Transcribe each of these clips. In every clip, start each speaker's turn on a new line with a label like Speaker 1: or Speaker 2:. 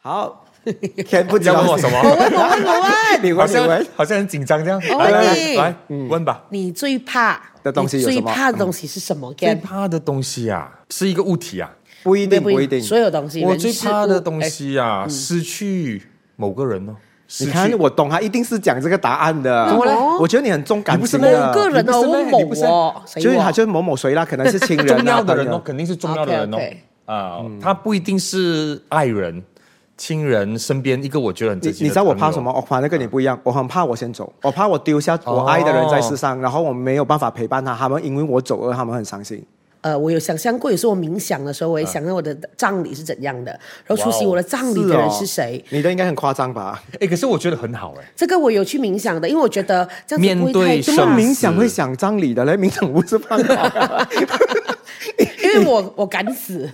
Speaker 1: 好，
Speaker 2: 天不
Speaker 3: 你要
Speaker 2: 讲
Speaker 3: 问我什？
Speaker 1: 我
Speaker 3: 么？
Speaker 1: 问我问我问，
Speaker 2: 你
Speaker 3: 好
Speaker 2: 问你
Speaker 3: 像
Speaker 2: 问，
Speaker 3: 好像很紧张这样。
Speaker 1: 我
Speaker 3: 来
Speaker 1: 问
Speaker 3: 来
Speaker 1: 你
Speaker 3: 来，
Speaker 2: 嗯
Speaker 3: 问吧。
Speaker 1: 你最怕
Speaker 2: 的东西
Speaker 1: 你
Speaker 2: 有什
Speaker 1: 最
Speaker 2: 么嗯
Speaker 1: 怕的东西是什么？
Speaker 3: 最
Speaker 1: Gab？
Speaker 3: 怕的东西啊，是一个物体啊。
Speaker 2: 不一定，
Speaker 1: 不
Speaker 2: 不一定。
Speaker 1: 所有东西，
Speaker 3: 我
Speaker 1: 人
Speaker 3: 最
Speaker 1: 事
Speaker 3: 怕的
Speaker 1: 物哎嗯
Speaker 3: 东，西啊，失去某个人哦。失
Speaker 2: 你
Speaker 3: 去
Speaker 2: 看，我懂，他一定是讲这个答案的。
Speaker 1: 怎么嘞
Speaker 3: 啊
Speaker 2: 我觉得你很重感
Speaker 3: 你不是
Speaker 2: 情
Speaker 1: 某
Speaker 2: 的。
Speaker 1: 个人哦，我
Speaker 3: 你
Speaker 1: 某
Speaker 3: 不是
Speaker 1: 哦，谁
Speaker 2: 就是
Speaker 1: 我
Speaker 2: 他就是某某谁啦，可能是亲人、嗯啊、
Speaker 3: 重要的人
Speaker 2: 朋
Speaker 3: 哦
Speaker 2: 友，
Speaker 3: 肯定是重要的人哦
Speaker 1: OK，OK。
Speaker 3: 啊，他不一定是爱人、亲人身边一个我觉得很
Speaker 2: 你
Speaker 3: 珍惜。
Speaker 2: 你知道我怕什么？？我怕那跟你不一样，我很怕我先走，我怕我丢下
Speaker 3: 哦
Speaker 2: 我爱的人在世上，然后我没有办法陪伴他，他们因为我走而他们很伤心。
Speaker 1: 呃，我有想象过，有时候我冥想的时候，
Speaker 2: 啊
Speaker 1: 我也想到我的葬礼是怎样的，然后出席
Speaker 3: 哇哦
Speaker 1: 我的葬礼的人是谁。
Speaker 2: 哦？你的应该很夸张吧？
Speaker 3: 哎，可是我觉得很好哎。
Speaker 1: 这个我有去冥想的，因为我觉得这样
Speaker 3: 面
Speaker 1: 子不会
Speaker 3: 对
Speaker 1: 太
Speaker 3: 生
Speaker 1: 重
Speaker 3: 啊
Speaker 2: 冥想会想葬礼的嘞，冥想不是办法。
Speaker 1: 因为我我敢死，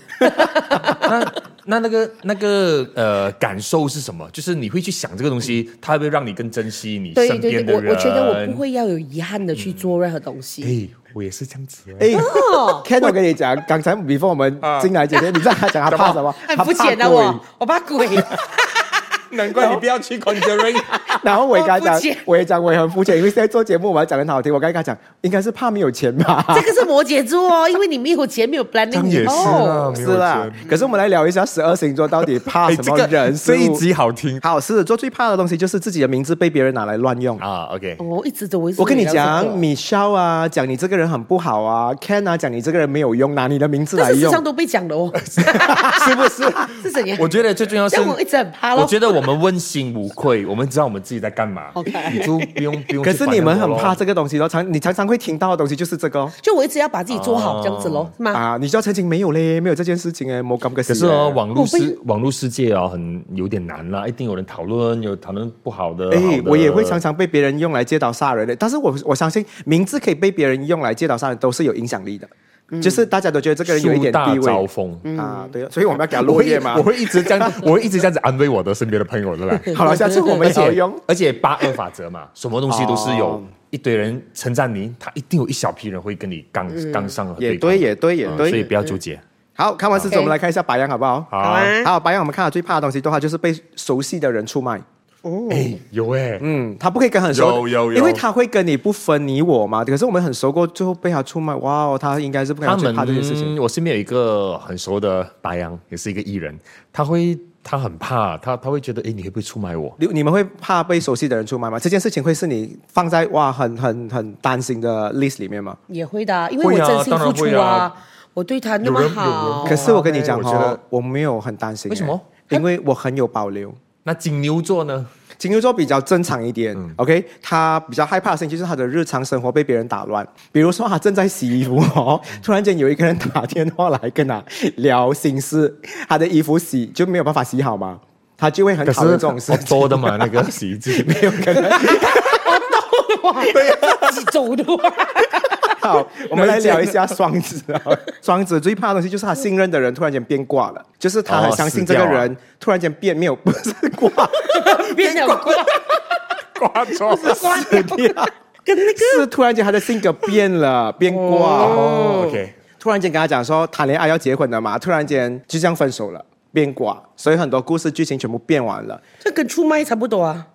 Speaker 3: 那那个那个呃感受是什么？就是你会去想这个东西，它会不会让你更珍惜你
Speaker 1: 对
Speaker 3: 身
Speaker 1: 对
Speaker 3: 边的
Speaker 1: 对，我
Speaker 3: 人？
Speaker 1: 我觉得我不。会要有遗憾的去做任何东
Speaker 2: 嗯
Speaker 1: 西。
Speaker 3: 哎，我也是这样子哎。
Speaker 2: 哎，Ken，我跟
Speaker 1: 哦
Speaker 2: 你讲，刚才 before 我们进来姐姐，你知道他讲他怕什么？
Speaker 1: 很
Speaker 2: 他
Speaker 1: 肤
Speaker 2: 怕
Speaker 1: 浅的
Speaker 2: 鬼
Speaker 1: 我，我怕鬼，
Speaker 3: 难怪你不要去 conjuring。
Speaker 2: 然后我也跟他
Speaker 1: 我
Speaker 2: 讲
Speaker 1: 肤浅，
Speaker 2: 我也讲我也很肤浅，因为现在做节目我们讲得很好听，我刚才跟他讲，应该是怕没有钱吧。
Speaker 1: 这个是摩羯座哦，因为你没有钱，没有 planning 哦以后。
Speaker 2: 哦是啊啦，可是我们来聊一下十二星座到底怕
Speaker 3: 哎，
Speaker 2: 什
Speaker 3: 这
Speaker 2: 么
Speaker 3: 个
Speaker 2: 人、事
Speaker 3: 这一
Speaker 2: 物
Speaker 3: 集好 听
Speaker 2: 好，狮子座最怕的东西就是自己的名字被别人拿来乱用。
Speaker 3: 啊。OK，
Speaker 1: 我哦一直都我一直
Speaker 2: 我跟你
Speaker 1: 没有聊
Speaker 2: 讲
Speaker 1: 这个
Speaker 2: ，Michelle 啊，讲你这个人很不好啊；Ken 啊，讲你这个人没有用，拿你的名字来
Speaker 1: 但是时
Speaker 2: 用
Speaker 1: 常，都被讲的哦，
Speaker 2: 是不是？
Speaker 1: 是怎样？
Speaker 3: 我觉得最重要是
Speaker 1: 但，我一直很怕咯
Speaker 3: 我觉得我们问心无愧，我们知道我们自己在干嘛
Speaker 1: OK
Speaker 3: 你就不用不用去
Speaker 2: 可是
Speaker 3: 烦那么多咯。
Speaker 2: 你们很怕这个东西咯，常你常常会听到的东西就是这个哦
Speaker 1: 就我一直要把自己做好这样子咯，是吗？
Speaker 2: 啊，你就曾经没有嘞，没有这件事情哎，没咁嘅事哎。
Speaker 3: 可是哦，网络
Speaker 1: 我
Speaker 3: 世网络世界哦，很有点难啦，一定有人讨论，有讨论不好的。好
Speaker 2: 哎，
Speaker 3: 的
Speaker 2: 我也会常常被别人用来借刀杀人的，但是我我相信名字可以被别人用来借刀杀人都是有影响力的，就是大家都觉得这个人有一
Speaker 3: 树
Speaker 2: 点
Speaker 3: 大
Speaker 2: 地
Speaker 3: 招
Speaker 2: 位
Speaker 3: 风。
Speaker 2: 啊，对，所以我们要给他
Speaker 3: 我
Speaker 2: 落
Speaker 3: 会
Speaker 2: 叶嘛
Speaker 3: 我。会一直 这样，我会一直这样子安慰我的身边的朋友的啦。
Speaker 2: 好了，下次我们
Speaker 3: 而
Speaker 2: 也要
Speaker 3: 且
Speaker 2: 用。
Speaker 3: 而且八二法则嘛，什么东西都是有
Speaker 2: 哦
Speaker 3: 一堆人称赞你，他一定有一小批人会跟你杠杠上和
Speaker 2: 嗯也
Speaker 3: 方
Speaker 2: 对，也对，也
Speaker 3: 嗯所以
Speaker 2: 对。
Speaker 3: 不要纠结。
Speaker 2: 好看完狮子，
Speaker 1: 好
Speaker 2: 我们来看一下白羊，好不好？
Speaker 3: 好
Speaker 1: 好
Speaker 3: 啊，
Speaker 1: 啊，
Speaker 2: 好，白羊，我们看到最怕的东西的话，就是被熟悉的人出卖。
Speaker 3: 哎，有哎，
Speaker 2: 嗯，他不可以跟很熟，
Speaker 3: 有有有
Speaker 2: 因为他会跟你不分你我嘛。可是我们很熟过，最后被他出卖，哇哦，他应该是不
Speaker 3: 他
Speaker 2: 敢最
Speaker 3: 们
Speaker 2: 怕这件事情。
Speaker 3: 我身边有一个很熟的白羊，也是一个艺人，他会他很怕，他他会觉得，哎，你会不会出卖我？
Speaker 2: 你你们会怕被熟悉的人出卖吗？这件事情会是你放在哇很很很担心的 list 里面吗？
Speaker 1: 也会的啊，因为我
Speaker 3: 会啊
Speaker 1: 真心
Speaker 3: 当然
Speaker 1: 付出
Speaker 3: 会啊
Speaker 1: 啊，我对他那么
Speaker 3: 有人有人
Speaker 1: 好，
Speaker 2: 可是我跟你讲
Speaker 3: 哦我觉得
Speaker 2: 哈，我没有很担心。欸
Speaker 3: 为什么？
Speaker 2: 因为我很有保留。
Speaker 3: 那金牛座呢？
Speaker 2: 金牛座比较正常一点、o
Speaker 3: 嗯
Speaker 2: k 他比较害怕的事情就是他的日常生活被别人打乱，比如说他正在洗衣 服哦，突然间有一个人打电话来跟他聊心事，他的衣服洗就没有办法洗好嘛，他就会很
Speaker 3: 可
Speaker 2: 讨厌
Speaker 3: 是
Speaker 2: 这种事
Speaker 3: 我
Speaker 2: 情。
Speaker 3: 哦做的嘛，那个洗衣机
Speaker 2: 没有可能。
Speaker 1: 自己走的话，
Speaker 2: 好，我们来聊一下双子啊。双子最怕的东西就是他信任的人突然间变卦了，就是他很
Speaker 3: 哦
Speaker 2: 相信
Speaker 3: 死
Speaker 2: 这个
Speaker 3: 掉啊
Speaker 2: 人，突然间变没有不是 卦，
Speaker 1: 变两个
Speaker 3: 挂错了。
Speaker 1: 瓜掉，跟那个
Speaker 2: 是突然间他的性格变了，变卦。
Speaker 3: 哦，OK，
Speaker 2: 突然间跟他讲说谈恋爱要结婚的嘛，突然间就这样分手了，变卦，所以很多故事剧情全部变完了。
Speaker 1: 这跟出卖差不多啊。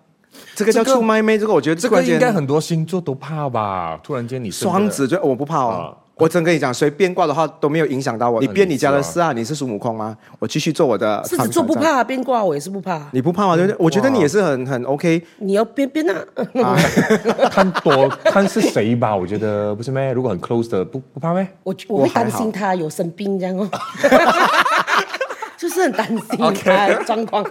Speaker 2: 这个叫
Speaker 3: 这个
Speaker 2: 出卖妹，这个我觉得
Speaker 3: 这
Speaker 2: 突
Speaker 3: 个
Speaker 2: 然间
Speaker 3: 应该很多星座都怕吧？突然间你真的
Speaker 2: 双子就我不怕哦。我真跟你讲，谁变卦的话都没有影响到我。你变你家的事啊，你是孙悟空吗？我继续做我的。
Speaker 1: 狮子座不，怕啊变卦，我也是不怕。
Speaker 2: 你不怕吗？对不对？我觉得你也是很很 OK。
Speaker 1: 你要变变啊，
Speaker 3: 看多看是谁吧？我觉得不是咩？如果很 close 的，不不怕咩
Speaker 1: 我我会
Speaker 2: 还
Speaker 1: 担心
Speaker 2: 好
Speaker 1: 他有生病这样哦，就是很担心他的状况。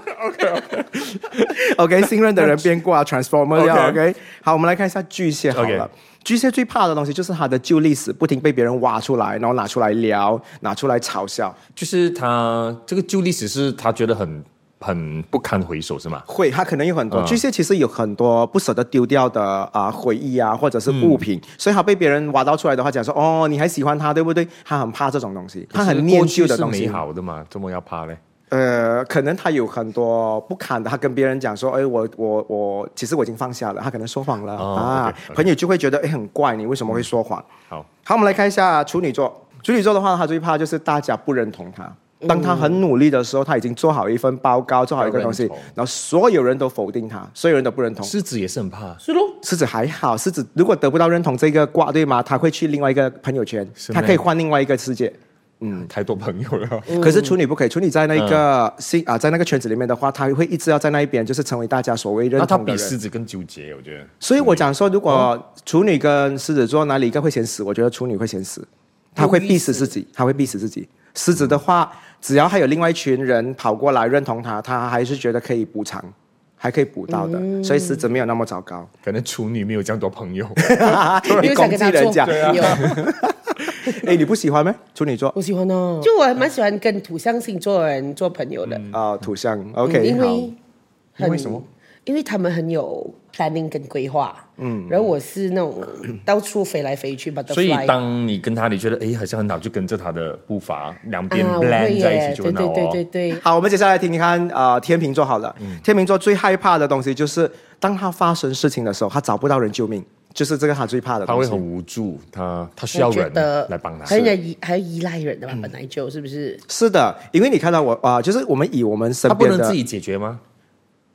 Speaker 2: OK，信任的人变卦 transformer 要
Speaker 3: OK
Speaker 2: OK。好，我们来看一下巨蟹好了
Speaker 3: OK。
Speaker 2: 巨蟹最怕的东西就是他的旧历史不停被别人挖出来，然后拿出来聊，拿出来嘲笑。
Speaker 3: 就是他这个旧历史是他觉得很很不堪回首是吗？
Speaker 2: 会，它可能有很多、
Speaker 3: 嗯
Speaker 2: 巨蟹，其实有很多不舍得丢掉的啊、回忆啊，或者是物品，
Speaker 3: 嗯
Speaker 2: 所以他被别人挖到出来的话，讲说哦，你还喜欢他，对不对？他很怕这种东西，他很念旧的东
Speaker 3: 可是过去
Speaker 2: 西
Speaker 3: 是美。好的嘛，怎么要怕嘞？
Speaker 2: 呃，可能他有很多不堪的，他跟别人讲说，哎，我我我，其实我已经放下了，他可能说谎了、
Speaker 3: 哦
Speaker 2: 啊
Speaker 3: OK，OK
Speaker 2: 朋友就会觉得哎很怪，你为什么会说谎？
Speaker 3: 好，
Speaker 2: 好，我们来看一下处女座，处女座的话，他最怕就是大家不认同他。
Speaker 3: 嗯
Speaker 2: 当他很努力的时候，他已经做好一份报告，做好一个东西
Speaker 3: 认同，
Speaker 2: 然后所有人都否定他，所有人都不认同。
Speaker 3: 狮子也是很怕，
Speaker 1: 是喽，
Speaker 2: 狮子还好，狮子如果得不到认同这个卦，对吗？他会去另外一个朋友圈，
Speaker 3: 是
Speaker 2: 他
Speaker 3: 咩
Speaker 2: 可以换另外一个世界。
Speaker 3: 太多朋友了。
Speaker 2: 可是处女不可以，处女在那
Speaker 3: 嗯
Speaker 2: 个心啊、在那个圈子里面的话，他会一直要在那一边，就是成为大家所谓认
Speaker 3: 那他
Speaker 2: 同的
Speaker 3: 比
Speaker 2: 人。
Speaker 3: 狮子更纠结，我觉得。
Speaker 2: 所以我
Speaker 1: 嗯
Speaker 2: 讲说，如
Speaker 1: 哦
Speaker 2: 果处女跟狮子座哪里一个会先死，我觉得处女会先死，他会逼死自己，他会逼死自己。狮子的话，只要还有另外一群人跑过来认同他，他还是觉得可以补偿，还可以补到的，
Speaker 1: 嗯
Speaker 2: 所以狮子没有那么糟 糕。
Speaker 3: 可能处女没有这样多 朋友，
Speaker 1: 没有
Speaker 2: 你
Speaker 1: 想
Speaker 2: 攻击
Speaker 1: 跟他啊做
Speaker 2: 人家，
Speaker 1: 朋 友。
Speaker 2: 哎，你不喜欢吗？处女座
Speaker 1: 我喜欢
Speaker 3: 哦
Speaker 1: 呢，就我还蛮喜欢跟土象星座的人做朋友的。
Speaker 3: 嗯
Speaker 2: 啊、土象
Speaker 1: 嗯
Speaker 2: ，OK，
Speaker 1: 因
Speaker 2: 好。
Speaker 1: 为很
Speaker 3: 因为什么？
Speaker 1: 因为他们很有 planning 跟规划，嗯，然后我是那种 到处飞来飞去 b u t
Speaker 3: 所以当你跟他，你觉得哎好像很好，就跟着他的步伐，两边
Speaker 1: 啊，我会
Speaker 3: blend 在一
Speaker 1: 耶，
Speaker 3: 起就
Speaker 1: 对
Speaker 3: 很好
Speaker 1: 对对对
Speaker 3: 哦。
Speaker 1: 对，
Speaker 2: 好，我们接下来听听看，呃，天秤座好了。
Speaker 1: 嗯
Speaker 2: 天秤座最害怕的东西就是，当他发生事情的时候，他找不到人救命，就是这个他最怕的
Speaker 3: 他
Speaker 2: 东
Speaker 3: 会
Speaker 2: 西
Speaker 3: 很。无助，他他需要
Speaker 1: 我觉
Speaker 3: 人
Speaker 1: 得
Speaker 3: 来帮他。嗯
Speaker 1: 还有人依还有依赖人的嘛，本来就是不是？
Speaker 2: 是的，因为你看到我啊、就是我们以我们身
Speaker 3: 他不
Speaker 2: 边
Speaker 3: 能
Speaker 2: 的，
Speaker 3: 自己解决吗？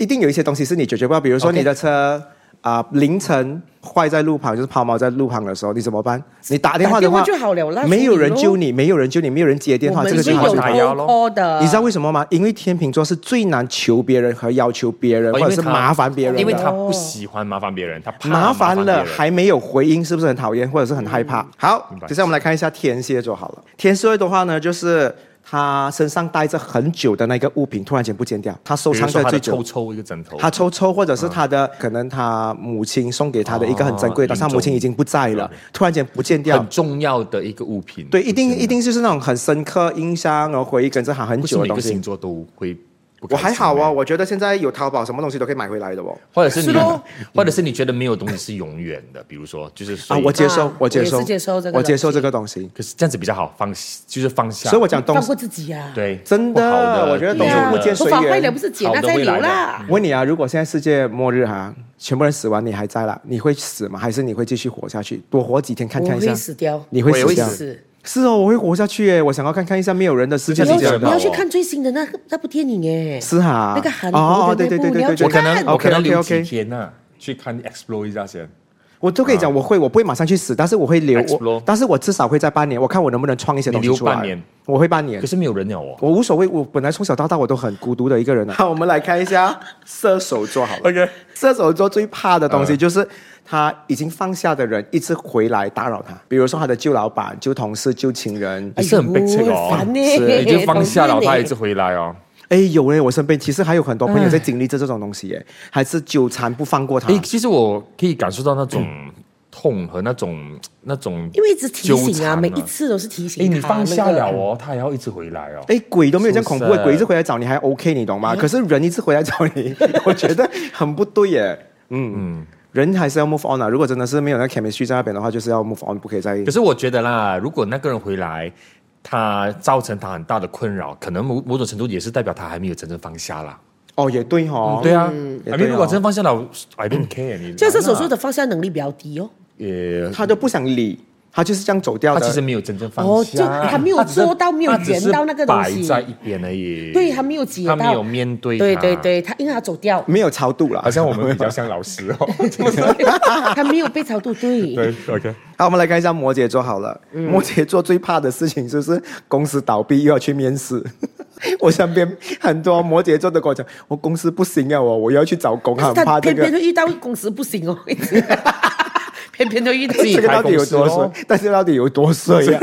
Speaker 2: 一定有一些东西是你解决不了，比如说
Speaker 3: OK
Speaker 2: 你的车啊、凌晨坏在路旁，就是抛锚在路旁的时候，你怎么办？你打电话的话
Speaker 1: 打电话就好了啦
Speaker 2: 没有人救
Speaker 1: 处
Speaker 2: 你，没有人救你，没有人接电
Speaker 1: 我
Speaker 2: 话，这
Speaker 1: 们
Speaker 2: 个
Speaker 1: 是
Speaker 2: 就
Speaker 1: 有
Speaker 2: 是他最
Speaker 3: 打
Speaker 2: 怕
Speaker 3: 电话压咯
Speaker 1: call 的，
Speaker 2: 你知道为什么吗？因为天秤座是最难求别人和要求别人，
Speaker 3: 哦
Speaker 2: 或
Speaker 3: 因
Speaker 2: 者
Speaker 3: 为
Speaker 2: 是
Speaker 3: 他
Speaker 2: 麻烦别人的，
Speaker 3: 因为
Speaker 1: 哦
Speaker 3: 他不喜欢麻烦别人，他怕
Speaker 2: 麻烦
Speaker 3: 烦
Speaker 2: 了
Speaker 3: 别人嗯
Speaker 2: 还没有回应，是不是很讨厌，或者是很害怕？好
Speaker 3: 明，白
Speaker 2: 接下来我们来看一下天蝎座好了。天蝎座的话呢，就是他身上带着很久的那个物品突然间不见掉，他收
Speaker 3: 比如
Speaker 2: 藏
Speaker 3: 说
Speaker 2: 的
Speaker 3: 他
Speaker 2: 最
Speaker 3: 的嗯
Speaker 2: 久
Speaker 3: 抽。抽一个枕头，
Speaker 2: 他抽抽，或者是他的、可能他母亲送给他的一个很珍贵的，但
Speaker 3: 哦
Speaker 2: 是他母亲已经不在了，突然间不见掉
Speaker 3: 很，重要的一个物品。
Speaker 2: 对，一定一定就是那种很深刻印象，然后回忆跟着他很
Speaker 3: 不是
Speaker 2: 久的
Speaker 3: 每
Speaker 2: 东
Speaker 3: 个
Speaker 2: 西
Speaker 3: 星。座都会不开
Speaker 2: 我
Speaker 3: 心的。
Speaker 2: 还好啊，我觉得现在有淘宝，什么东西都可以买回来的哦。
Speaker 3: 或者是你
Speaker 1: 是咯，
Speaker 3: 或者是你觉得没有东西是永远的，比如说就是所
Speaker 2: 啊，
Speaker 3: 以
Speaker 2: 我接受
Speaker 1: 啊，
Speaker 2: 我接
Speaker 1: 我
Speaker 2: 受，
Speaker 1: 也是接受这个
Speaker 2: 我接受
Speaker 1: 东西
Speaker 2: 这个东西。
Speaker 3: 可是这样子比较好，放就是放下。
Speaker 2: 所以我讲东
Speaker 1: 放
Speaker 2: 西
Speaker 1: 过自己啊，
Speaker 3: 对
Speaker 2: 真的
Speaker 3: 不好的
Speaker 2: 我觉得
Speaker 1: 对
Speaker 2: 东西
Speaker 1: 啊，
Speaker 2: 物见
Speaker 1: 头
Speaker 2: 随
Speaker 1: 发
Speaker 2: 缘
Speaker 1: 坏了不是剪那
Speaker 3: 好的
Speaker 1: 再
Speaker 3: 未
Speaker 1: 留
Speaker 3: 来的
Speaker 1: 啦，
Speaker 2: 问你啊，如果现在世界末日哈、全部人死完，你还在啦，你会死吗？还是你会继续活下去？多活几天看
Speaker 1: 我
Speaker 2: 看一下
Speaker 1: 会。死掉，
Speaker 2: 你会
Speaker 1: 我也
Speaker 2: 死掉
Speaker 1: 死。
Speaker 2: 是哦，我会活下去耶！我想要看看一下没有人的世界
Speaker 1: 你
Speaker 2: 是
Speaker 1: 要
Speaker 2: 这样
Speaker 1: 去
Speaker 3: 的
Speaker 2: 的。
Speaker 1: 你要去看最新的那个那部电影哎，
Speaker 2: 是哈，
Speaker 1: 那个韩国的
Speaker 2: 哦，
Speaker 1: 那
Speaker 2: 哦对对
Speaker 1: 部
Speaker 2: 对
Speaker 1: 你
Speaker 2: 对
Speaker 1: 要
Speaker 2: 对
Speaker 1: 去
Speaker 2: 对，
Speaker 3: 我可能我可
Speaker 2: OK
Speaker 3: 能
Speaker 2: OK
Speaker 3: 留几
Speaker 2: OK，
Speaker 3: 天呐，去看 explore 一下先。
Speaker 2: 我都可以讲，我会，我不会马上去死，但是我会留，我
Speaker 3: Explore
Speaker 2: 但是我至少会在半年，我看我能不能创一些东西
Speaker 3: 你留
Speaker 2: 出来。
Speaker 3: 半年
Speaker 2: 我会半年
Speaker 3: 可，是没有人鸟哦。
Speaker 2: 我无所谓，我本来从小到大我都很孤独的一个人啊。好，我们来看一下射手座好了。
Speaker 3: OK，
Speaker 2: 射手座最怕的东西就是他已经放下的人一直回来打扰他，比如说他的旧老板、旧同事、旧情人。
Speaker 3: 你是很悲催
Speaker 1: 哎呦
Speaker 3: 哦，
Speaker 1: 烦呢
Speaker 3: 是你就放下了，
Speaker 1: 讨厌呢
Speaker 3: 他一直回来哦。
Speaker 2: 哎，有诶，我身边其实还有很多朋友在经历着这种东西耶，还是纠缠不放过他
Speaker 3: 哎，。其实我可以感受到那种痛和那种那种，
Speaker 1: 因为一直提
Speaker 3: 纠
Speaker 1: 醒
Speaker 3: 缠
Speaker 1: 啊，
Speaker 3: 啊
Speaker 1: 每一次都是提
Speaker 3: 哎，
Speaker 1: 醒他。
Speaker 3: 你放下
Speaker 1: 那个
Speaker 3: 了哦，他还要一直回来哦。
Speaker 2: 哎，鬼都没有这样恐怖
Speaker 3: 是不
Speaker 2: 的，
Speaker 3: 是
Speaker 2: 鬼一直回来找你还 OK，你懂吗？可是啊人一直回来找你， 我觉得很不对耶。嗯嗯，人还是要 move on 啊。如果真的是没有那个 chemistry 在那边的话，就是要 move on，不可以再
Speaker 3: 可是我觉得啦，如果那个人回来，他造成他很大的困扰，可能某某种程度也是代表他还没有真正放下啦。
Speaker 2: 哦，也对哦。
Speaker 3: 对啊，
Speaker 2: 也
Speaker 3: 还
Speaker 2: 对
Speaker 3: 没
Speaker 2: 哦
Speaker 3: 如果真正放下了，I don't care 你。
Speaker 1: 像射手座的放下能力比较低哦，
Speaker 3: 也
Speaker 2: 他都不想理，他就是这样走掉
Speaker 3: 他
Speaker 2: 的。
Speaker 3: 其实没有真正放下，
Speaker 1: 哦就他没有
Speaker 3: 只是
Speaker 1: 做到没有
Speaker 3: 他只是
Speaker 1: 圆到那个东西
Speaker 3: 摆在一边而已。
Speaker 1: 对他没有解到，
Speaker 3: 他没有面对
Speaker 1: 对
Speaker 3: 它
Speaker 1: 对，对，他因为他走 掉，
Speaker 2: 没有超度了，
Speaker 3: 好像我们比较像老师哦。
Speaker 1: 他没有被超度，对，
Speaker 3: 对，OK，
Speaker 2: 好，我们来看一下摩羯座好了。摩羯座最怕的事情就是公司倒闭又要去面试。 我身边很多摩羯座的跟我讲，我公司不行啊，我我要去找工，
Speaker 1: 但
Speaker 2: 很
Speaker 1: 是
Speaker 2: 怕
Speaker 1: 他
Speaker 2: 这
Speaker 1: 偏偏
Speaker 2: 个。
Speaker 1: 就遇到公司不行哦，偏偏就遇到
Speaker 3: 自己
Speaker 2: 这个到底有多
Speaker 3: 开公司咯
Speaker 2: 衰？但是到底有多衰 呀、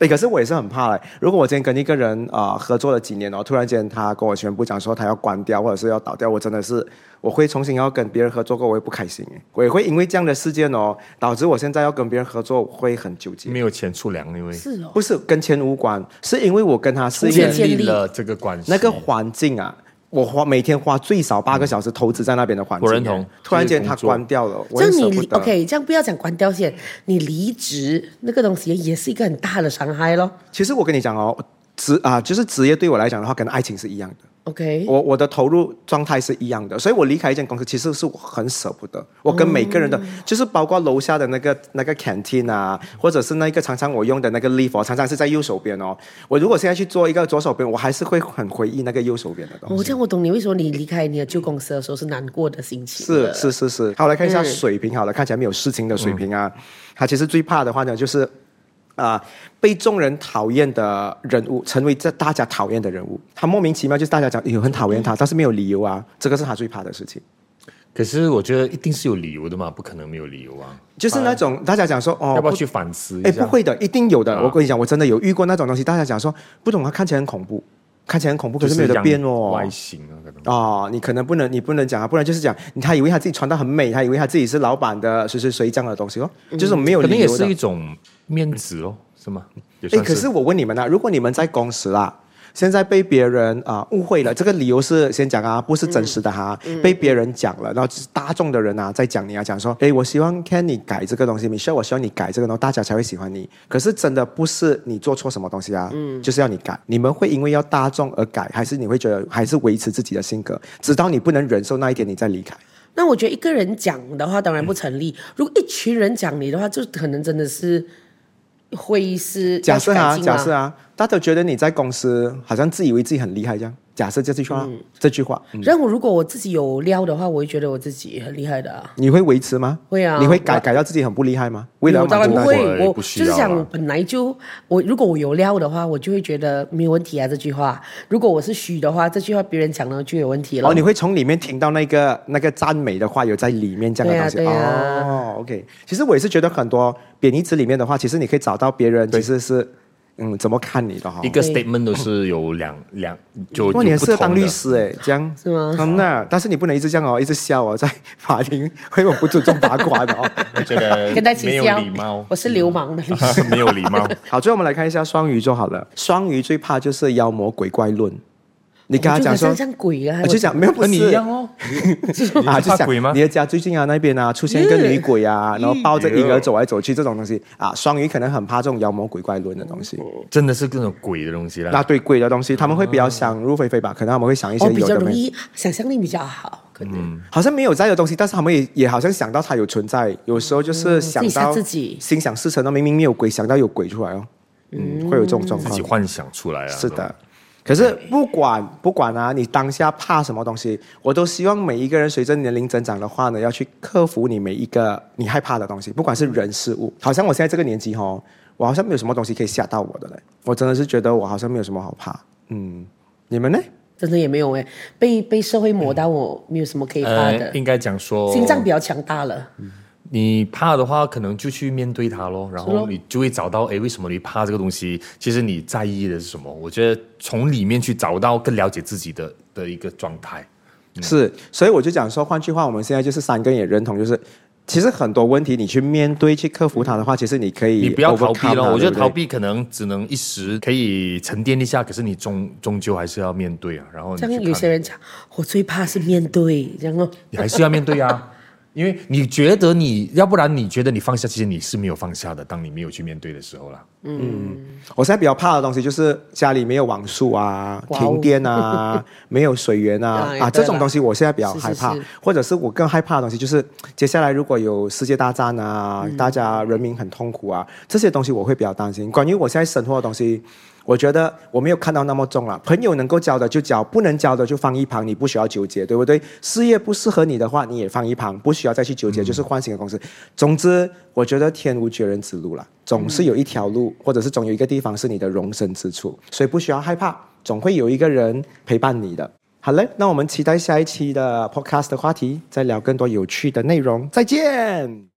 Speaker 2: 哎，可是我也是很怕嘞。如果我今天跟一个人啊、呃合作了几年哦，突然间他跟我宣布讲说他要关掉或者是要倒掉，我真的是我会重新要跟别人合作过，我也不开心诶。我也会因为这样的事件哦，导致我现在要跟别人合作我会很纠结。
Speaker 3: 没有钱出粮，因为
Speaker 1: 是哦，
Speaker 2: 不是跟钱无关，是因为我跟他是一
Speaker 1: 重
Speaker 2: 个
Speaker 1: 建
Speaker 3: 建立了这个关系。
Speaker 2: 那个环境啊，我花每天花最少八个小时投资在那边的环境。啊
Speaker 3: 我认同
Speaker 2: 突然间
Speaker 3: 就是
Speaker 2: 他
Speaker 3: 工作
Speaker 2: 关掉了，我
Speaker 1: 这
Speaker 2: 也舍
Speaker 1: 样你
Speaker 2: 不
Speaker 1: 离
Speaker 2: 得。
Speaker 1: OK，这样不要讲关掉线，你离职那个东西也是一个很大的伤害咯。
Speaker 2: 其实我跟你讲哦，职啊、就是职业对我来讲的话，跟爱情是一样的。
Speaker 1: OK，
Speaker 2: 我我的投入状态是一样的，所以我离开一间公司其实是我很舍不得。我跟每个人的，就是包括楼下的那个那个 canteen 啊，或者是那个常常我用的那个 leaf，哦、常常是在右手边哦。我如果现在去做一个左手边，我还是会很回忆那个右手边的东西。
Speaker 1: 我、哦、这样我懂你为什么你离开你的旧公司的时候是难过的心情
Speaker 2: 是
Speaker 1: 了。
Speaker 2: 是是是，好来看一下
Speaker 3: 嗯
Speaker 2: 水平，好了，看起来没有事情的水平啊。他其实最怕的话呢，就是啊、被众人讨厌的人物，成为这大家讨厌的人物。他莫名其妙就是大家讲有很讨厌
Speaker 3: 嗯
Speaker 2: 他，但是没有理由啊，这个是他最怕的事情。
Speaker 3: 可是我觉得一定是有理由的嘛，不可能没有理由啊。
Speaker 2: 就是那种大家讲说哦，
Speaker 3: 要不要去反思一
Speaker 2: 哎，
Speaker 3: 下？啊
Speaker 2: 不会的，一定有的。我跟你讲，我真的有遇过那种东西，大家讲说不懂啊，看起来很恐怖，看起来很恐怖，可
Speaker 3: 就是
Speaker 2: 没有得变
Speaker 3: 样
Speaker 2: 哦
Speaker 3: 外。形啊，可能。
Speaker 2: 哦，你可能不能，你不能讲啊，不然就是讲，他以为他自己穿的很美，他以为他自己是老板的谁谁谁这样的东西哦，就是没有
Speaker 3: 嗯可能
Speaker 2: 理
Speaker 3: 也
Speaker 2: 由的
Speaker 3: 是一。种面子哦，是吗？也
Speaker 2: 哎，
Speaker 3: 算
Speaker 2: 可是我问你们啊，如果你们在公司啦，现在被别人啊、误会了，这个理由是先讲啊，不是真实的哈、被别人讲了，然后就是大众的人啊在讲你啊，讲说，哎，我希望 Ken 你改这个东西，Michelle 我希望你改这个，然后大家才会喜欢你。可是真的不是你做错什么东西啊，就是要你改。你们会因为要大众而改，还是你会觉得还是维持自己的性格，直到你不能忍受那一点，你再离开？
Speaker 1: 那我觉得一个人讲的话当
Speaker 2: 嗯
Speaker 1: 然不成立，如果一群人讲你的话，就可能真的是会是
Speaker 2: 假设
Speaker 1: 要
Speaker 2: 啊，
Speaker 1: 去改进吗
Speaker 2: 假设啊，大家都觉得你在公司好像自以为自己很厉害这样。假设这句话，这句话，
Speaker 1: 然后如果我自己有撩的话，我会觉得我自己很厉害的啊。
Speaker 2: 你会维持吗？
Speaker 1: 会啊
Speaker 2: 你会改改到自己很不厉害吗？为了要
Speaker 1: 我当
Speaker 2: 满
Speaker 1: 然
Speaker 2: 足
Speaker 1: 不
Speaker 2: 大
Speaker 1: 会
Speaker 2: 家，
Speaker 3: 不会
Speaker 1: 我
Speaker 3: 不需
Speaker 1: 就是
Speaker 3: 要
Speaker 1: 想
Speaker 3: 啦
Speaker 1: 本来就我如果我有料的话，我就会觉得没有问题啊。这句话，如果我是虚的话，这句话别人讲了就有问题了。
Speaker 2: 哦，你会从里面听到那个那个赞美的话有在里面这样的东西。
Speaker 1: 对啊对啊
Speaker 2: 哦，OK。其实我也是觉得很多贬义词里面的话，其实你可以找到别人其实是嗯怎么看你的哈
Speaker 3: 一。个
Speaker 1: 对
Speaker 3: statement 都是有两两就
Speaker 2: 哇，你很
Speaker 3: 有不
Speaker 2: 适合
Speaker 3: 同
Speaker 2: 当
Speaker 3: 的
Speaker 2: 律师哎，这样
Speaker 1: 是吗
Speaker 2: 嗯那但是你不能一直这样哦，一直笑哦，在法庭会我不尊重法官 哦。
Speaker 3: 我觉得
Speaker 1: 跟他一起
Speaker 3: 没有
Speaker 1: 笑
Speaker 3: 礼貌，
Speaker 1: 我是流氓的。
Speaker 2: 嗯
Speaker 3: 没有礼貌。
Speaker 2: 好，最后我们来看一下双鱼座好了。双鱼最怕就是妖魔鬼怪论。你跟他
Speaker 1: 我就
Speaker 2: 讲
Speaker 1: 好
Speaker 2: 说
Speaker 1: 像，像鬼啊，
Speaker 2: 我就 讲没有不
Speaker 3: 和
Speaker 2: 是
Speaker 3: 你一 样哦，
Speaker 2: 啊，
Speaker 3: 你
Speaker 2: 就
Speaker 3: 怕
Speaker 2: 想
Speaker 3: 鬼吗
Speaker 2: 你？的家最近啊那边啊出现一个女鬼啊，然后抱着婴儿走来走去这种东西啊，双鱼可能很怕这种妖魔鬼怪论的东西。
Speaker 3: 真的是各种鬼的东西啦
Speaker 2: 那。对鬼的东西，他们会比较想入非非吧，可能他们会想一些
Speaker 1: 哦我比
Speaker 2: 有
Speaker 1: 较
Speaker 2: 的嗯
Speaker 1: 容
Speaker 2: 没，
Speaker 1: 易想象力比较好，可能。
Speaker 2: 好像没有在的东西，但是他们也也好像想到它有存在，有时候就是想
Speaker 1: 自己吓
Speaker 2: 到
Speaker 1: 自己
Speaker 2: 心想事成的，明明没有鬼，想到有鬼出来哦，嗯，会有这种状
Speaker 3: 自
Speaker 2: 况
Speaker 3: 己。幻想出来啊，
Speaker 2: 是的。可是不管不管啊，你当下怕什么东西，我都希望每一个人随着年龄增长的话呢，要去克服你每一个你害怕的东西，不管是人事物。好像我现在这个年纪哦，我好像没有什么东西可以吓到我的嘞。我真的是觉得我好像没有什么好怕。嗯，你们呢？
Speaker 1: 真的也没有哎、被被社会磨到我没有什么可以怕
Speaker 3: 呃
Speaker 1: 的，，
Speaker 3: 应该讲说
Speaker 1: 心脏比较强大了。
Speaker 3: 你怕的话，可能就去面对它咯，然后你就会找到，诶，为什么你怕这个东西？其实你在意的是什么？我觉得从里面去找到更了解自己的的一个状态。
Speaker 2: 是，所以我就讲说，换句话，我们现在就是三个人也认同，就是其实很多问题你去面对、去克服它的话，其实你可以
Speaker 3: 嗯你不要逃
Speaker 2: overcome
Speaker 3: 避
Speaker 2: 它
Speaker 3: 咯，我
Speaker 2: 对
Speaker 3: 觉得
Speaker 2: 不对
Speaker 3: 逃避可能只能一时可以沉淀一下，可是你终终究还是要面对啊。然后
Speaker 1: 像
Speaker 3: 你
Speaker 1: 有
Speaker 3: 去
Speaker 1: 些
Speaker 3: 看，
Speaker 1: 人讲，我最怕是面对，这样咯。
Speaker 3: 你还是要面对啊，因为你觉得你要不然你觉得你放下，其实你是没有放下的。当你没有去面对的时候啦，
Speaker 2: 我现在比较怕的东西就是家里没有网速啊、
Speaker 1: 哇哦
Speaker 2: 停电 啊、没有水源啊
Speaker 1: 哎
Speaker 2: 啊
Speaker 1: 对
Speaker 2: 这
Speaker 1: 啦
Speaker 2: 种东西，我现在比较
Speaker 1: 是是
Speaker 2: 害怕。
Speaker 1: 是
Speaker 2: 或者是我更害怕的东西就是接下来如果有世界大战啊，
Speaker 1: 嗯
Speaker 2: 大家人民很痛苦啊，这些东西我会比较担心。关于我现在生活的东西。我觉得我没有看到那么重了，朋友能够交的就交，不能交的就放一旁，你不需要纠结，对不对？事业不适合你的话，你也放一旁，不需要再去纠
Speaker 1: 嗯
Speaker 2: 结，就是换新的公司。总之，我觉得天无绝人之路了，总是有一条路，或者是总有一个地方是你的容身之处，所以不需要害怕，总会有一个人陪伴你的。好嘞，那我们期待下一期的 podcast 的话题，再聊更多有趣的内容。再见。